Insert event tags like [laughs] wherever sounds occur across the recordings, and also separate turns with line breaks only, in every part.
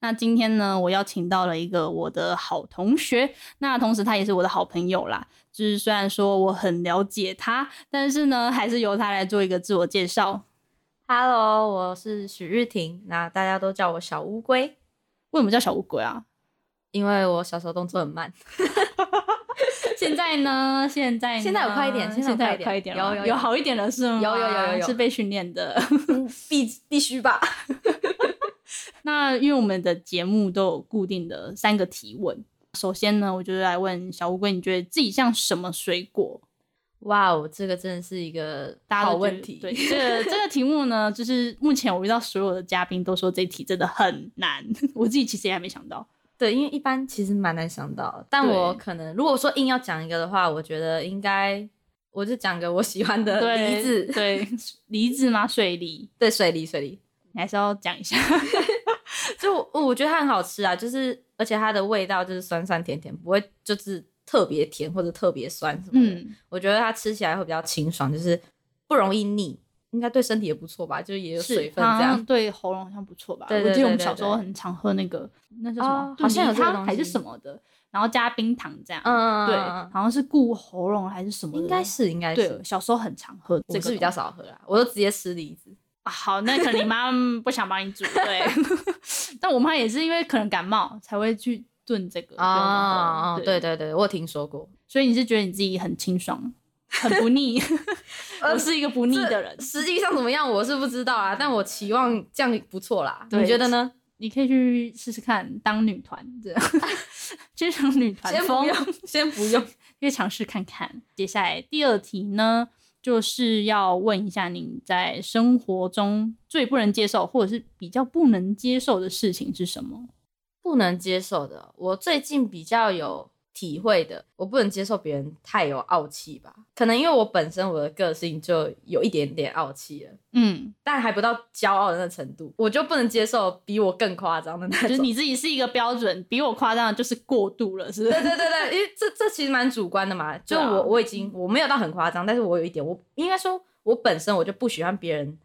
那今天呢，我邀请到了一个我的好同学，那同时他也是我的好朋友啦。就是虽然说我很了解他，但是呢，还是由他来做一个自我介绍。
Hello，我是许玉婷，那大家都叫我小乌龟，
为什么叫小乌龟啊？
因为我小时候动作很慢。
现在呢？现在呢
现在有快一点现在有
现在有
快一点
快一点
有
了，
有有
有好一点了是吗？
有有有有有
是被训练的。
必必须吧？
[laughs] 那因为我们的节目都有固定的三个提问，首先呢，我就是来问小乌龟，你觉得自己像什么水果？
哇哦，这个真的是一个
大家
好
都觉得
问题。
对，这个这个题目呢，就是目前我遇到所有的嘉宾都说这一题真的很难， [laughs] 我自己其实也还没想到。
对，因为一般其实蛮难想到的，但
对
我可能如果说硬要讲一个的话，我觉得应该我就讲个我喜欢的
对
呃梨子， [laughs]
对，梨子吗？水梨，
对，水梨水梨，
你还是要讲一下。
就我我觉得它很好吃啊，就是而且它的味道就是酸酸甜甜，不会就是特别甜或者特别酸什么的。
嗯，
我觉得它吃起来会比较清爽，就是不容易腻，应该对身体也不错吧，就是 [laughs] 也有
是
水分
好
这
像
样。
对喉咙好像不错吧？
对对
我记得我们
对对
小时候
对
很常喝那个，那叫什么
哦？
炖
好像
梨
有这个
汤
东西
还是什么的，然后加冰糖这样。
嗯，
对，好像是固喉咙还是什么的？
应该是应该
对，
是，
小时候很常喝这
我
个
是比较
东西。
少喝啦，我都直接吃梨子。
啊好，那可能你妈嗯不想帮你煮，对。 [laughs] 但我妈也是因为可能感冒才会去炖这个给我们喝
啊哦对。对对，我有听说过，
所以你是觉得你自己很清爽，很不腻？ [laughs] 我
呃
是一个不腻的人，
实际上怎么样我是不知道啊，但我期望这样不错啦，
对
你觉得呢？
你可以去试试看当女团这样，就像女团
先不
风，
用，先不用。
可以尝试看看。接下来第二题呢，就是要问一下你在生活中最不能接受，或者是比较不能接受的事情是什么？
[laughs] 不能接受的，我最近比较有体会的，我不能接受别人太有傲气吧，可能因为我本身我的个性就有一点点傲气了。
嗯，
但还不到骄傲的那程度，我就不能接受比我更夸张的那种。
[laughs] 就是你自己是一个标准，比我夸张的就是过度了，是不
对
是？
对对对，因为这这其实蛮主观的嘛。就
对
我、
啊
我已经我没有到很夸张，但是我有一点，我应该说我本身我就不喜欢别人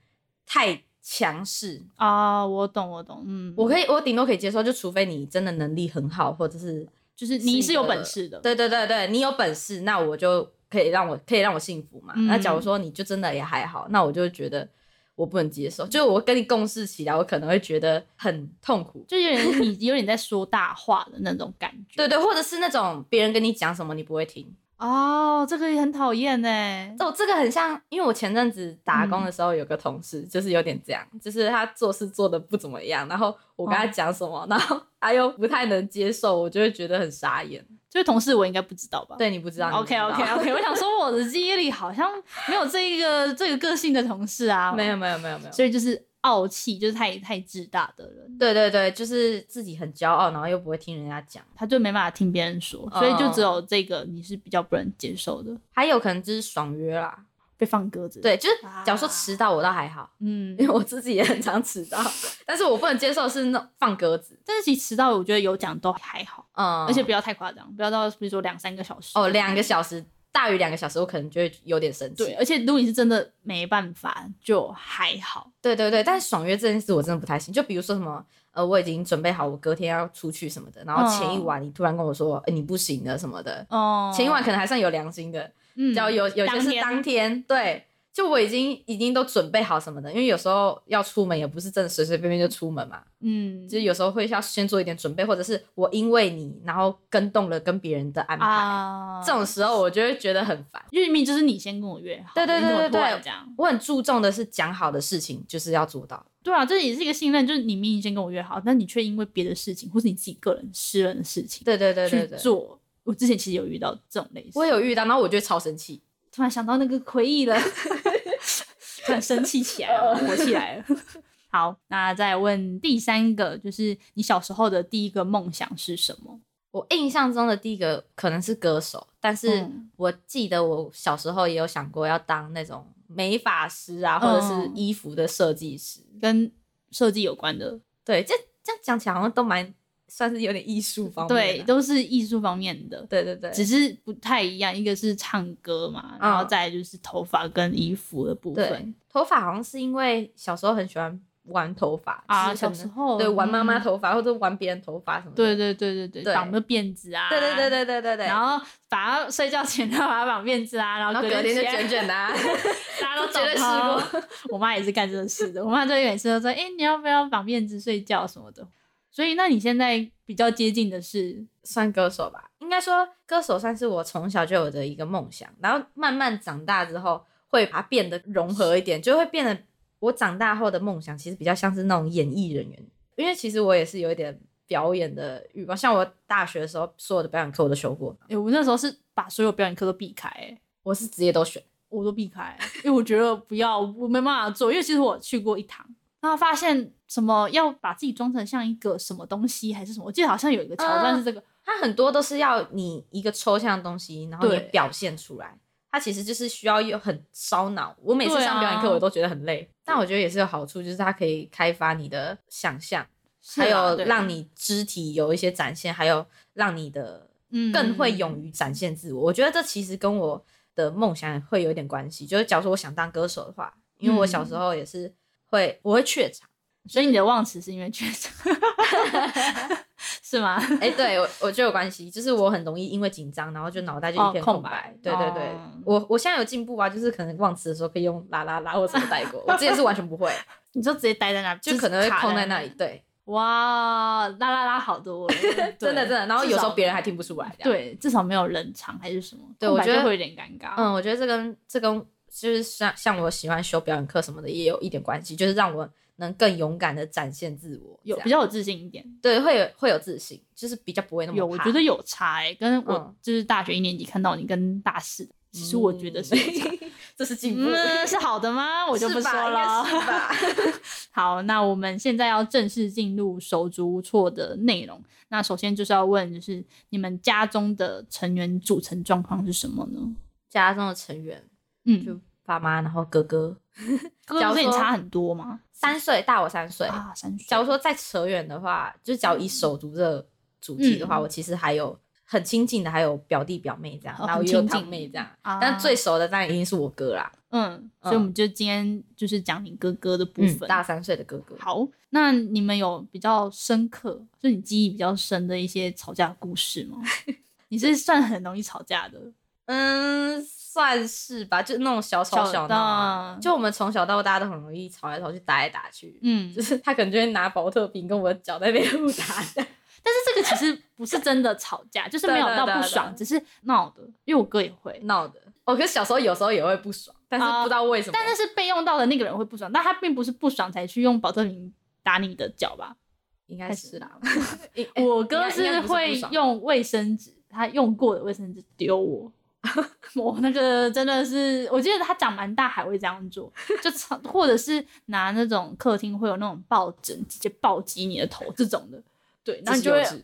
太强势。
啊、我懂，我懂，嗯，
我可以，我顶多可以接受，就除非你真的能力很好，或者是
就是你是有
是一个
本事的，
对对对对，你有本事，那我就可以让我可以让我幸福嘛。
嗯
那假如说你就真的也还好，那我就觉得我不能接受，就我跟你共事起来，我可能会觉得很痛苦。
就有点你 [laughs] 有点在说大话的那种感觉。
对对，或者是那种别人跟你讲什么你不会听。
哦，这个也很讨厌呢。
哦，这个很像，因为我前阵子打工的时候有个同事，就是有点这样，就是他做事做的不怎么样，然后我跟他讲什么，然后他又不太能接受，我就会觉得很傻眼。
就是同事我应该不知道吧？
对你不知道你不知
OK
道
OK [laughs] OK，我想说我的记忆里好像没有这一个这个个性的同事啊，
[laughs] 没有，没有没有没有，
所以就是傲气，就是太太自大的人，
对对对，就是自己很骄傲，然后又不会听人家讲，
他就没办法听别人说，所以就
嗯
只有这个你是比较不能接受的，
还有可能就是爽约啦。
被放鸽子。，
对，就是假如说迟到我倒还好，
嗯
因，为我自己也很常迟到， [laughs] 但是我不能接受是那种放鸽子，
但是其实迟到我觉得有讲都还好，
嗯，
而且不要太夸张，不要到比如说两三个小时。
哦，两个小时大于两个小时，我可能就会有点生气。
对，而啊且如果你是真的没办法，就还好。
对对对，但是爽约这件事我真的不太行。就比如说什么，呃，我已经准备好我隔天要出去什么的，然后前一晚你突然跟我说，哎、你不行了什么的，
嗯哦，
前一晚可能还算有良心的，
嗯
只要有有些
当
是
天
当天，对，就我已经已经都准备好什么的，因为有时候要出门也不是真的随随便便就出门嘛，
嗯
就是有时候会要先做一点准备，或者是我因为你然后跟动了跟别人的安排，
啊
这种时候我就会觉得很烦。
因为明明就是你先跟我约好，
对对
你怎么
对对
突然
对
这样。
我很注重的是讲好的事情就是要做到。
对啊，这也是一个信任，就是你明明先跟我约好，但你却因为别的事情，或是你自己个人私人的事情
对对对对对
去。做。我之前其实有遇到这种类型，
我有遇到，然后我就会超生气。
突然想到那个奎意
[laughs]
了，突然生气起来了，
呃
火起来了。 [laughs] 好，那再问第三个，就是你小时候的第一个梦想是什么？
我印象中的第一个可能是歌手，但是
嗯
我记得我小时候也有想过要当那种美发师啊，或者是
嗯
衣服的设计师。
跟设计有关的，
对，这这样讲起来好像都蛮算是有点艺术方面
对，
啊、
都是艺术方面的，
对对对嗯
只是不太一样，一个是唱歌嘛，然后再来就是头发跟衣服的部
对
分。
头发好像是因为小时候很喜欢玩头发
啊，
就是可
小
能
时候
对玩妈妈
嗯
头发、或者玩别人头发什么的。
对对对对对，
对
绑个辫子啊，
对对对对对对对。
然后把它睡觉前要把它绑辫子啊，然
然
后
后隔天就
起来
卷卷的、啊， [laughs]
大 [laughs] 家都
绝对试
懂哦
过。
我妈也是干这个事的，我妈就每次都说：“哎、你要不要绑辫子睡觉什么的？”所以，那你现在比较接近的是，
算歌手吧，应该说歌手算是我从小就有的一个梦想，然后慢慢长大之后会把它变得融合一点，就会变得我长大后的梦想其实比较像是那种演艺人员，因为其实我也是有一点表演的欲望，像我大学的时候所有的表演课我都修过，
哎、我那时候是把所有表演课都避开、诶
我是职业都选，
我都避开，因为我觉得不要，我没办法做。因为其实我去过一堂，然后发现什么要把自己装成像一个什么东西还是什么，我记得好像有一个桥段是这个，
它很多都是要你一个抽象的东西，然后你
对
表现出来。它其实就是需要有很烧脑，我每次
对啊
上表演课我都觉得很累，但我觉得也是有好处，就是它可以开发你的想象，
是啊
还有
对
让你肢体有一些展现，还有让你的
嗯
更会勇于展现自我。我觉得这其实跟我的梦想会有点关系。就是假如说我想当歌手的话，因为
嗯
我小时候也是会，我会怯场。
所以你的忘词是因为缺少， [laughs] 是吗？
哎、对我我觉得有关系，就是我很容易因为紧张，然后就脑袋就
哦
一片
空
白。
白
对对对，
哦
我我现在有进步啊，就是可能忘词的时候可以用啦啦啦或什么带
[laughs]
过，我之前是完全不会，
你就直接待在那，
就可能会
卡
空在那里。。对，
哇，啦啦啦，好多了，
[laughs] 真的真的。然后有时候别人还听不
出
出来。这样，
对，至少没有冷场还是什么，
对
空白
我觉得
就会有点尴尬。
嗯，我觉得这跟这跟就是像像我喜欢修表演课什么的也有一点关系，就是让我能更勇敢的展现自我，
有
这样
比较有自信一点，
对会有会有自信，就是比较不会那么
有我
怕
觉得有差哎、跟我、
嗯
就是大学一年级看到你跟大四，其实我觉得是有差。
嗯 [laughs] 这是进步，
嗯，是好的吗？
[laughs]
我就不
是吧
说了。
应该是吧
[laughs] 好，那我们现在要正式进入手足无措的内容。那首先就是要问，就是你们家中的成员组成状况是什么呢？
家中的成员
嗯，
就爸妈，然后哥哥，
哥
假
哥
如
跟你
说
差很多吗？
三岁大我三岁。
啊，三岁
假如说再扯远的话，就是假如以手足这个主题的话，
嗯
我其实还有很亲近的，还有表弟表妹这样，
哦
然后
很
也有
亲
堂
近
妹这样。
啊
但最熟的当然一定是我哥啦，
嗯，所以我们就今天就是讲你哥哥的部分。
嗯大三岁的哥哥。
好，那你们有比较深刻，就你记忆比较深的一些吵架故事吗？ [laughs] 你是算很容易吵架的，
嗯，算是吧，就那种小吵小闹啊。
的，
就我们从小到大都很容易吵来吵去，打来打去。
嗯
就，是 [laughs] 他可能就会拿保特瓶跟我的脚在那边互打，
但是这个其实不是真的吵架，就是没有到不爽，
对
只是闹的。因为我哥也会，
闹的。哦，可是小时候有时候也会不爽，但是
啊
不知道为什么。
但那是被用到的那个人会不爽，但他并不是不爽才去用保特瓶打你的脚吧？
应该
开
是
始
啦
啦，
应该
我哥
应该
是
不是
会
不爽
用卫生纸，他用过的卫生纸丢我。 [laughs] 我那个真的是，我记得他长蛮大还会这样做，就吵或者是拿那种客厅会有那种抱枕直接暴击你的头这种的，对，然后你就会
这是幼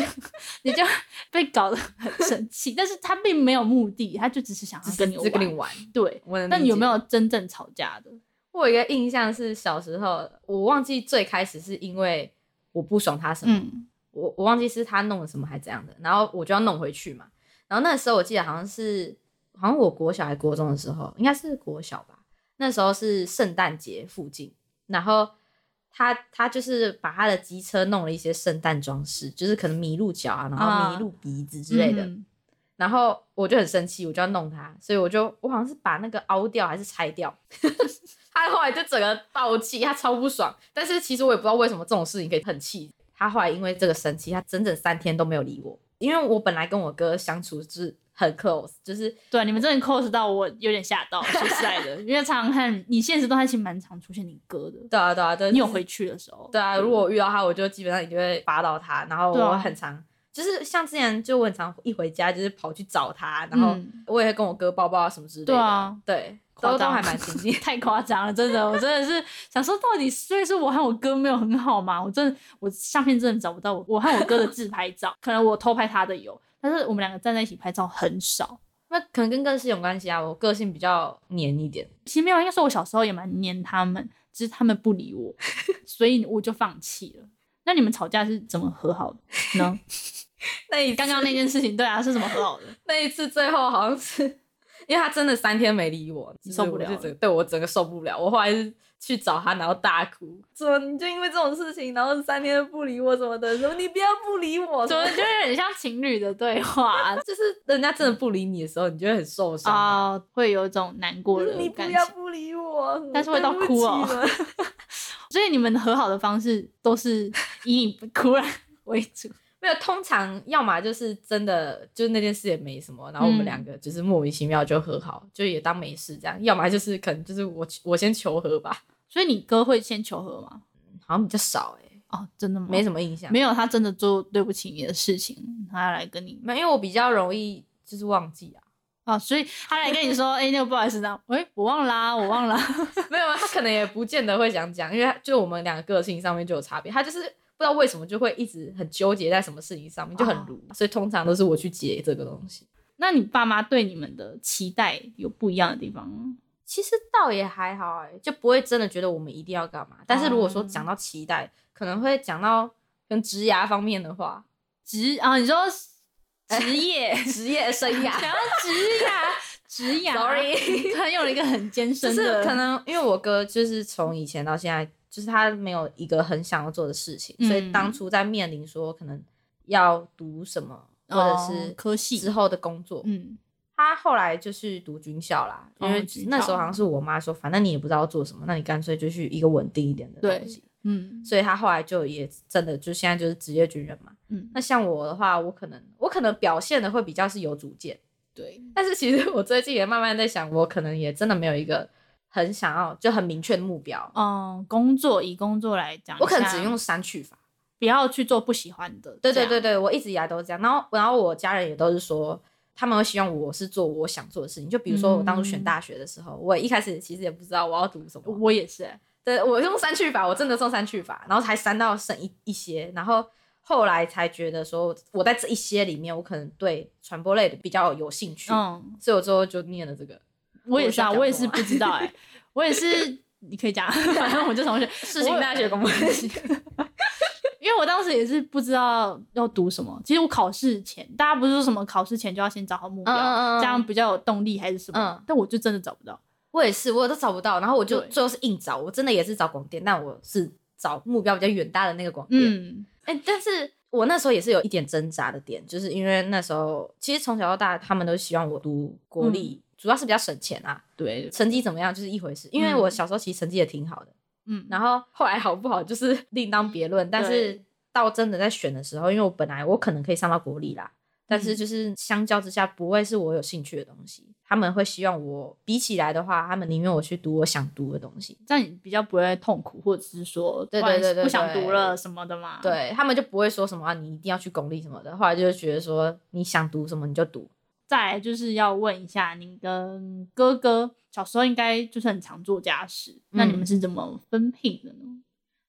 哦， [laughs] 你就被搞得很生气，但是他并没有目的，他就只是想
只
要
是
跟你
只是跟你
玩，
玩。
对。
我
那你有没
有？
有真正吵架的？
我有一个印象是小时候，我忘记最开始是因为我不爽他什么，
嗯，
我我忘记是他弄了什么还怎样的，然后我就要弄回去嘛。然后那时候我记得好像是，好像我国小还国中的时候，应该是国小吧。那时候是圣诞节附近，然后他他就是把他的机车弄了一些圣诞装饰，就是可能麋鹿角啊，然后
啊
麋鹿鼻子之类的。
嗯
然后我就很生气，我就要弄他，所以我就我好像是把那个凹掉还是拆掉， [laughs] 他后来就整个爆气，他超不爽。但是其实我也不知道为什么这种事情可以很气。他后来因为这个生气，他整整三天都没有理我，因为我本来跟我哥相处是很 close，就是
对，啊你们真的 cos 到我有点吓到，说实在的，因为常常看你现实动态其实蛮常出现你哥的，
对啊对啊对啊，
你有
就是
回去的时候，
对啊，如果我遇到他，我就基本上一定会扒到他，然后
对啊
我很常就是像之前就我很常一回家就是跑去找他，然后
嗯
我也会跟我哥抱抱啊什么之类的。
对啊，
对，
夸
都都
张
还蛮亲近
[laughs] 。太夸张了，真的，我真的是想说，到底所以是我和我哥没有很好吗？我真的，我相片真的找不到我我和我哥的自拍照，可能我偷拍他的有，但是我们两个站在一起拍照很少。
那可能跟个性有关系啊，我个性比较黏一点。
其实没有，啊应该说我小时候也蛮黏他们，只是他们不理我，所以我就放弃了。那你们吵架是怎么和好的呢？
那一
刚刚那件事情，对啊，是怎么和好的？
那一次最后好像是，因为他真的三天没理我，
你受不了
就是我就整对我整个受不了。我后来是去找他，然后大哭，说你就因为这种事情，然后三天不理我什么的，什么你不要不理我，什
怎
么
么 [laughs]
的
就有点像情侣的对 [laughs] 话
就是人家真的不理你的时候，你就会很受伤嘛。
啊、会有一种难过
就是
的
你
感情。
不要不理我，什么
但是会到
对不
哭哦
起了
[laughs] 所以你们和好的方式都是以你哭了为主。
没有，通常要么就是真的，就是那件事也没什么，然后我们
嗯
两个就是莫名其妙就和好，就也当没事这样；要么就是可能就是我我先求和吧，
所以你哥会先求和吗？
好像比较少哎、
哦，真的吗？
没什么印象。
没有，他真的做对不起你的事情，他来跟你
没有，因为我比较容易就是忘记啊。 [laughs]
啊、所以他来跟你说， [laughs] 哎、那个不好意思，那哎、我忘啦、我忘啊啦、
没有，啊他可能也不见得会想讲，因为他就我们两个个性上面就有差别。他就是不知道为什么就会一直很纠结在什么事情上面，就很
哦
鲁、所以通常都是我去解这个东西。
[laughs] 那你爸妈对你们的期待有不一样的地方吗？
其实倒也还好哎、就不会真的觉得我们一定要干嘛。但是如果
哦
说讲到期待，可能会讲到跟职涯方面的话，
职啊，你说 [laughs] 职业，
职业生
想
[laughs] 涯。
要职涯，职涯
Sorry
嗯他用了一个很艰
就
深
是
的，
可能因为我哥就是从以前到现在，就是他没有一个很想要做的事情，
嗯
所以当初在面临说可能要读什么，或者
哦
是
科系
之后的工作，
嗯，
他后来就是读军校啦，
哦
因为
军校
那时候好像是我妈说，反正你也不知道做什么，那你干脆就去一个稳定一点的
对
东西。
嗯
所以他后来就也真的就现在就是职业军人嘛。
嗯，
那像我的话，我可能我可能表现的会比较是有主见，
对，
但是其实 [laughs] 我最近也慢慢在想，我可能也真的没有一个很想要就很明确的目标，
嗯，工作以工作来讲一下，
我可能只用删去法。
不要去做不喜欢的。
对
这
对
样
对，对，我一直以来都是这样。然后然后我家人也都是说。他们会希望我是做我想做的事情，就比如说我当初选大学的时候，我也一开始其实也不知道我要读什么，
嗯我也是欸、
对我用删去法，我真的用删去法，然后才删到剩一一些，然后后来才觉得说，我在这一些里面，我可能对传播类的比较有兴趣，
嗯，
所以我最后就念了这个。
我也是啊，
我
我也
也
是
想
不知道哎、我也是，你可以
[laughs]
讲，反正我就同学
世新大学公关系，
因为我当时也是不知道要读什么。其实我考试前，大家不是说什么考试前就要先找好目标，
嗯嗯嗯
这样比较有动力还是什么？
嗯
但我就真的找不到。
我也是，我都找不到，然后我就
对
最后是硬找，我真的也是找广电，但我是找目标比较远大的那个广电。
嗯
哎、但是我那时候也是有一点挣扎的点，就是因为那时候其实从小到大，他们都希望我读国立，主要是比较省钱啊，，
对，
成绩怎么样就是一回事，因为
嗯
我小时候其实成绩也挺好的。
嗯，
然后后来好不好 [laughs] 就是另当别论，但是到真的在选的时候，因为我本来我可能可以上到国立啦，但是就是相较之下不会是我有兴趣的东西，他们会希望我比起来的话，他们宁愿我去读我想读的东西，
这样你比较不会痛苦，或者是说
对
突然
对对对
不想
对
读了什么的嘛。，
对他们就不会说什么、啊、你一定要去公立什么的，后来就是觉得说你想读什么你就读，
再来就是要问一下，你跟哥哥小时候应该就是很常做家事，那
嗯
你们是怎么分配的呢？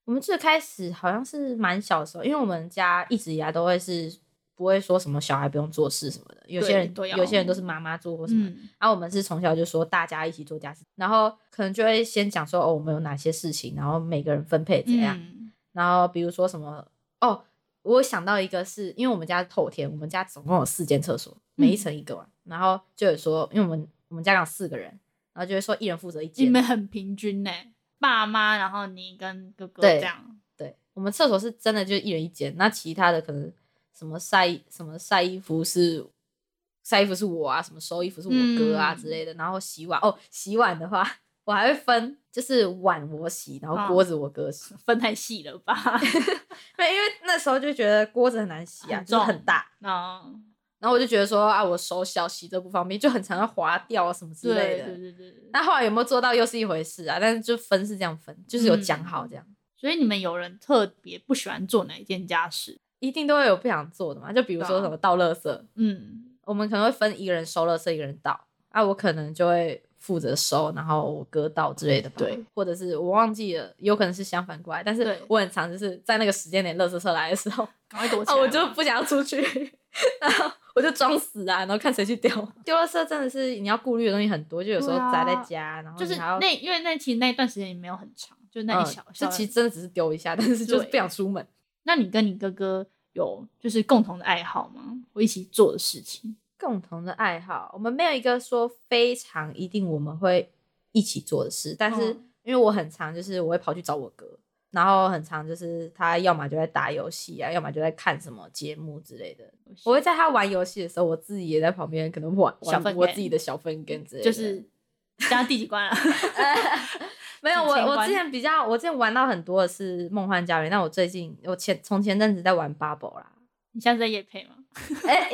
我们最开始好像是蛮小的时候，因为我们家一直以来都会是不会说什么小孩不用做事什么的，有些
对
人
都要
有些人都是妈妈做或什么的，
嗯
然后我们是从小就说大家一起做家事，然后可能就会先讲说哦我们有哪些事情，然后每个人分配怎样，
嗯
然后比如说什么哦，我想到一个是因为我们家透天，我们家总共有四间厕所，每
嗯
一层一个嘛，然后就有说因为我们我们家有四个人，然后就会说一人负责一
你
间，
们很平均呢、爸妈，然后你跟哥哥
对
这样，
对，我们厕所是真的就一人一间，那其他的可能什么晒什么晒衣服是晒衣服是我啊，什么收衣服是我哥啊
嗯
之类的，然后洗碗哦，洗碗的话我还会分，就是碗我洗，然
啊
后锅子我哥洗，
分太细了吧？
[laughs] 对，因为那时候就觉得锅子很难洗啊，
很
就是很
重
大。
啊，
然后我就觉得说啊，我手小洗这不方便，就很常要划掉啊什么之
对
类
对
的。
对对对。
那后来有没有做到又是一回事啊，但是就分
嗯
是这样分，就是有讲好这样。
所以你们有人特别不喜欢做哪一件家事？
一定都会有不想做的嘛。就比如
对
说
啊
什么倒垃圾，
嗯，
我们可能会分一个人收垃圾，一个人倒。啊，我可能就会负责收，然后我哥倒之类的吧。
对，
或者是我忘记了，有可能是相反过来。但是
对
我很常就是在那个时间点，垃圾车来的时候，
赶快躲起
啊，
来。
我就不想要出去， [laughs] 然后我就装死啊，然后看谁去丢。 [laughs] 丢垃圾真的是你要顾虑的东西很多，就有时候
对啊
宅在家，然后
就是
你还要
那，因为那其实那一段时间也没有很长，就那一小小
嗯，这
的。
其实真的只是丢一下，但是就是
对
不想出门。
那你跟你哥哥有就是共同的爱好吗？我一起做的事情。
共同的爱好，我们没有一个说非常一定我们会一起做的事，但是
嗯
因为我很常就是我会跑去找我哥，然后很常就是他要么就在打游戏啊，要么就在看什么节目之类的。我会在他玩游戏的时候，我自己也在旁边可能玩
小分
玩
羹
我自己的小分羹之类
就
的。
是这样第几关了？啊
没有我
几千
我
关
之前比较我之前玩到很多的是梦幻家园，但我最近我前从前阵子在玩 Bubble
[laughs]
啦，
[laughs] 你现在在夜配
[laughs]
吗？
哎、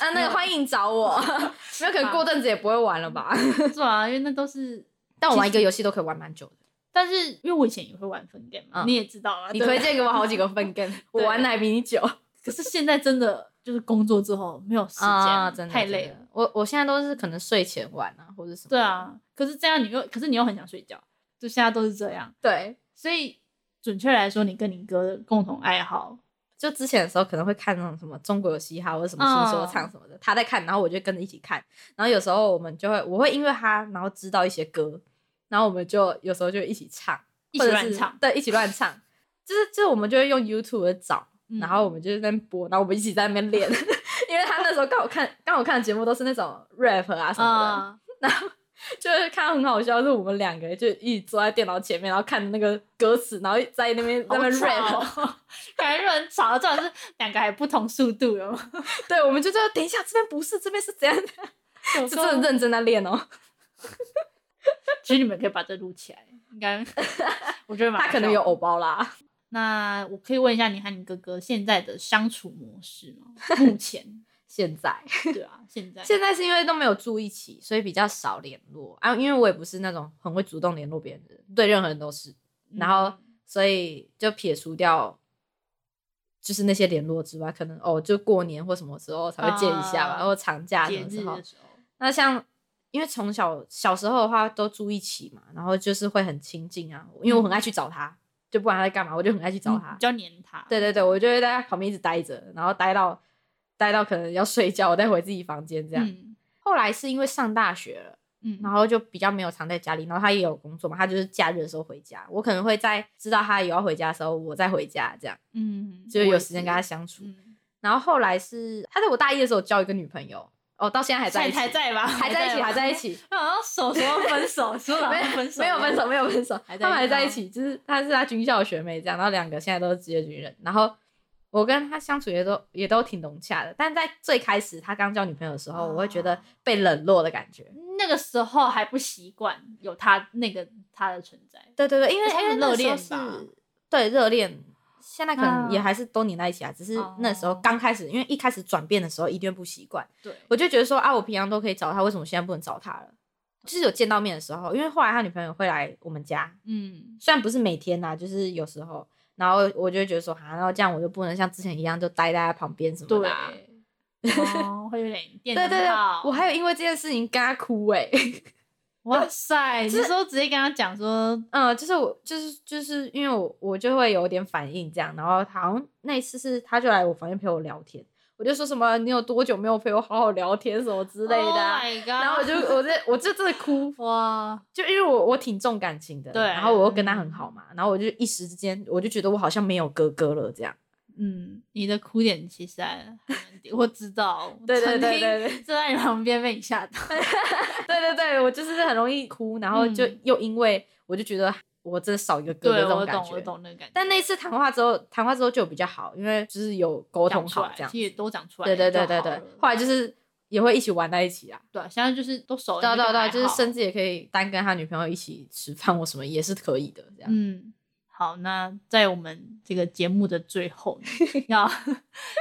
啊那个欢迎找我， [laughs] 没有可能过阵子也不会玩了吧？
做啊，因为那都是。
但我玩一个游戏都可以玩蛮久的。
但是因为我以前也会玩分 game 嘛，
嗯
你也知道啊。
你
对
推荐给我好几个分羹， [laughs] 我玩的还比你久。
[laughs] 可是现在真的就是工作之后没有时间、
啊真的
太累
真
了。
的我我现在都是可能睡前玩啊，或者什么。
对，啊，可是这样你又，可是你又很想睡觉，就现在都是这样。
对，
所以准确来说，你跟你哥的共同爱好，
就之前的时候可能会看那种什么《中国有嘻哈》或者什么
嗯
新说唱什么的，他在看，然后我就跟着一起看。然后有时候我们就会，我会因为他，然后知道一些歌，然后我们就有时候就一起唱，
一起
或者
乱
是
唱
对，一起乱唱。就是就是我们就会用 YouTube 来找，
嗯
然后我们就在那边播，然后我们一起在那边
[laughs]
练。因为他那时候刚好看，刚好看的节目都是那种 rap 啊什么的，
啊、
就是看到很好笑，是我们两个人就一直坐在电脑前面，然后看着那个歌词，然后在那边在那边 rap。 [laughs]
吵，哦感觉就很吵，最好是两个还不同速度，有吗？
对，我们就知道等一下这边不是，这边是怎样的，
有
[laughs] 是
时候
真的认真在练哦。
其实你们可以把这录起来，应
[laughs]
该我觉得蛮好
他
笑哦
可能有偶。包啦，
那我可以问一下你和你哥哥现在的相处模式吗？目前，
现在
对啊，现 [laughs] 在
[laughs] 现在是因为都没有住一起，所以比较少联络啊。因为我也不是那种很会主动联络别人的人，对任何人都是。然后所以就撇除掉。就是那些联络之外，可能哦，就过年或什么时候才会见一下吧，
啊
或长假什
节
么时
日
候
的，时候，
那像因为从小小时候的话都住一起嘛，然后就是会很亲近啊，因为我很爱去找他，就不管他在干嘛，我就很爱去找
嗯
他
比。较黏他。
对对对，我就会在他旁边一直待着，然后待到待到可能要睡觉，我再回自己房间这样。
嗯
后来是因为上大学了，
嗯，
然后就比较没有常在家里，然后他也有工作嘛，他就是假日的时候回家，我可能会在知道他有要回家的时候，我再回家这样，
嗯，
就有时间跟他
我也是。
相处。
嗯，
然后后来是他在我大一的时候交一个女朋友，哦，到现在还在
现在
一起，
还在吧？
还在一起，还在一起。
那 [laughs] 好像手什么分手，说好像分手，
没有分手，没有分手，
还在
他们还
一起
在一
吗
起，就是他是他军校学妹这样，然后两个现在都是职业军人，然后我跟他相处也都也都挺融洽的，但在最开始他刚交女朋友的时候，我会觉得
啊
被冷落的感觉。
那个时候还不习惯有他那个他的存在，
对对对，因为
而且他
因为
们
那
热
时候
恋
是
吧
对热恋，现在可能
啊
也还是都黏在一起啊，只是那时候
哦
刚开始，因为一开始转变的时候一定会不习惯，
对，
我就觉得说啊，我平常都可以找他，为什么现在不能找他了？就是有见到面的时候，因为后来他女朋友会来我们家，
嗯，
虽然不是每天啦、就是有时候，然后我就会觉得说，啊，那这样我就不能像之前一样就待在他旁边什么
对
的、啊。， [laughs]
哦，会有点电
对对对，我
我
还有因为这件事情跟他哭哎、
哇塞，你
就是
说直接跟他讲说，
嗯，就是我就是就是因为我我就会有点反应这样，然后好像那一次是他就来我房间陪我聊天，我就说什么你有多久没有陪我好好聊天什么之类的啊、
Oh my god，
然后我就我在我就真的哭，
哇，
就因为我我挺重感情的，
对嗯
然后我又跟他很好嘛，然后我就一时之间我就觉得我好像没有哥哥了这样。 [laughs]，
嗯，你的哭点其实还蛮低我知道
对对对对对
曾 [laughs] 经坐在你旁边被你吓到，
对对对，我就是很容易哭，然后就
嗯
又因为我就觉得我真的少一个哥哥
对
这种
我
感
懂我
觉。
懂那个感觉，
但那次谈话之后，谈话之后就比较好，因为就是有沟通
讲出
好
来
这，样。
其实都讲出来
对
就好
对
了，
对对对，后来就是也会一起玩在一起啊。
对啊，现在就是都熟了，
对啊对啊对啊，
那
就
还
是
好
甚至也可以单跟他女朋友一起吃饭或什么也是可以的这样。
嗯，好，那在我们这个节目的最后呢，
[laughs]
要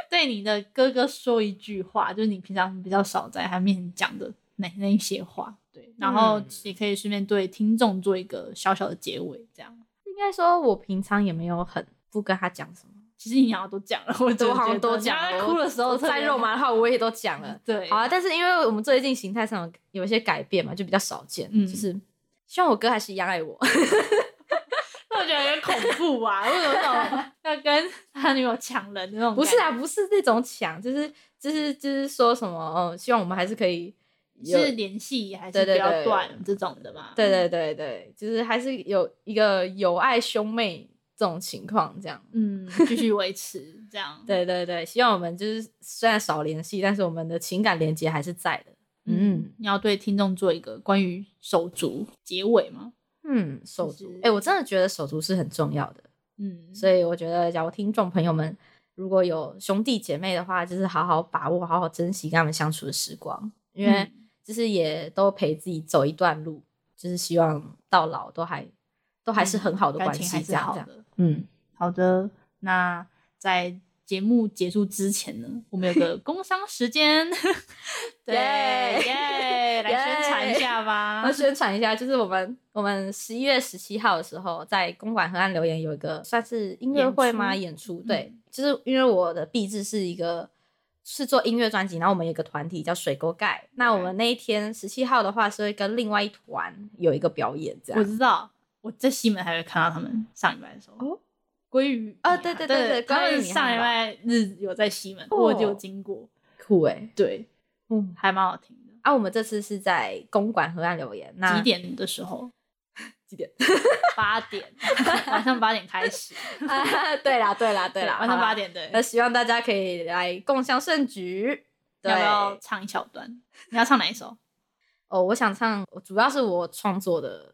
对你的哥哥说一句话，就是你平常比较少在他面前讲的那那一些话，对，然后
嗯
也可以顺便对听众做一个小小的结尾，这样。
应该说我平常也没有很不跟他讲什么，
其实你好像都讲了，我真的
我好
觉
像
得
都
你
讲
好像
了，
在哭的时候
我
特别
在肉麻的话我也都讲了。 [laughs]
对，
好啊，但是因为我们最近形态上有一些改变嘛，就比较少见，
嗯
就是希望我哥还是一样爱我。
那我觉得有点恐怖啊，为什么那
[laughs]
种要跟他女友抢人的那种？
[laughs] 不是，啊，不是那种抢，就是就是就是说什么，嗯，希望我们还是可以有，
是联系还是
对
不
对
要
对
断这种的嘛？
对对对对，就是还是有一个友爱兄妹这种情况这样。
嗯，继续维持这样。
[laughs] 对对对，希望我们就是虽然少联系，但是我们的情感连接还是在的。
嗯
嗯，
你要对听众做一个关于手足结尾吗？
嗯，手
就
足
是，
哎、我真的觉得手足是很重要的，
嗯，
所以我觉得，假如听众朋友们如果有兄弟姐妹的话，就是好好把握，好好珍惜跟他们相处的时光，因为、
嗯
就是也都陪自己走一段路，就是希望到老都还都还是很好的
嗯感
关
情
系，
还是
这样
好
这样。
的。
嗯，
好的，那在节目结束之前呢，我们有
[laughs]
个工商时间， [laughs] 对
耶 [laughs]
耶，来宣传一下吧
那。宣传一下，就是我们我们十一月十七号的时候，在公馆河岸留言有一个算是音乐会吗？演出
嗯
对，就是因为我的壁纸是一个是做音乐专辑，然后我们有一个团体叫水沟盖，那我们那一天十七号的话是会跟另外一团有一个表演，这
我
样。
知道，我在西门还会看到他们上礼拜的时候。
哦
鲑鱼
哦
米
对
哈
对对
对
对
他
鲑鱼
们
米哈
上礼
吧
拜日有在西门，
哦
我就经过，
酷哎、
对，
嗯，
还蛮好听的。
啊，我们这次是在公馆河岸留言，那
几点的时候？
几点？
八点，晚上八点开始。
啊， [laughs] 对啦，对啦， [laughs] 对啦，
晚上
好啦
八。点对。
那希望大家可以来共享盛举。对
要不要唱一小段？你要唱哪一首？
哦，我想唱，主要是我创作的《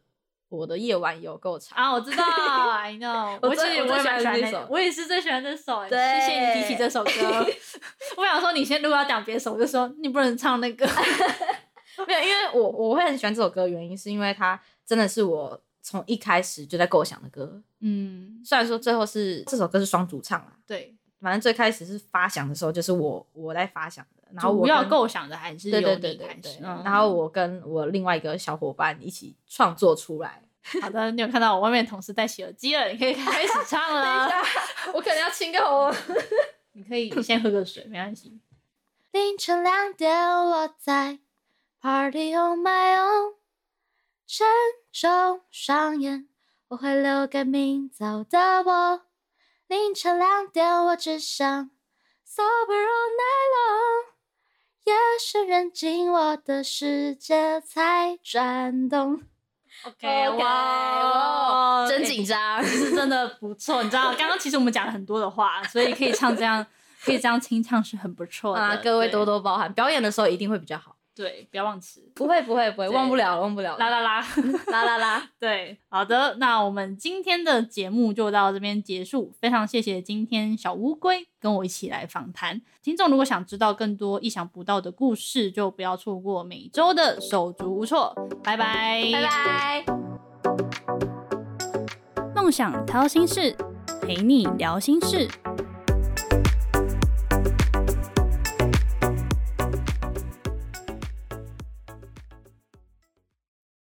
我的夜晚有够长》。 [laughs]
啊，我知道，I [laughs] know。
我
其
最
实也
我
蛮
最喜欢
喜欢
这
那
首
我也是最喜欢这首。哎
对
谢谢你提起这首
[laughs]
歌。我想说，你先如果要讲别首，我就说你不能唱那个。
[laughs] 没有，因为我我会很喜欢这首歌，的原因是因为它真的是我从一开始就在构想的歌。
嗯，
虽然说最后是这首歌是双主唱啦，
对，
反正最开始是发想的时候就是我我在发想的，然后我
主要
跟
构想的还是
对
由
对对
你
对
开
对
始。，嗯
然后我跟我另外一个小伙伴一起创作出来。 [laughs]
好的，你有看到我外面的同事戴起耳机了，你可以开始唱
[laughs]
了。
我可能要清个喉。
你可以先喝个水，没关
[laughs]
系。
凌晨两点，我在 party on my own，沉重上演，我会留给明早的我。凌晨两点，我只想 sober all night long，夜深人静，我的世界才转动。
OK，
哇真紧
张，其实真的不错。 [laughs] 你知道，刚刚其实我们讲了很多的话，所以可以唱这样， [laughs] 可以这样清唱是很不错的。
啊，各位
对
多多包涵，表演的时候一定会比较好。
对，不要忘词，
不会不会不会，
对
忘不了忘不了。
啦啦
[laughs]
啦。
啦啦啦，
对，好的，那我们今天的节目就到这边结束。非常谢谢今天小乌龟跟我一起来访谈。听众如果想知道更多意想不到的故事，就不要错过每周的手足无措。拜拜，
[laughs] 拜拜。
梦想掏心事，陪你聊心事。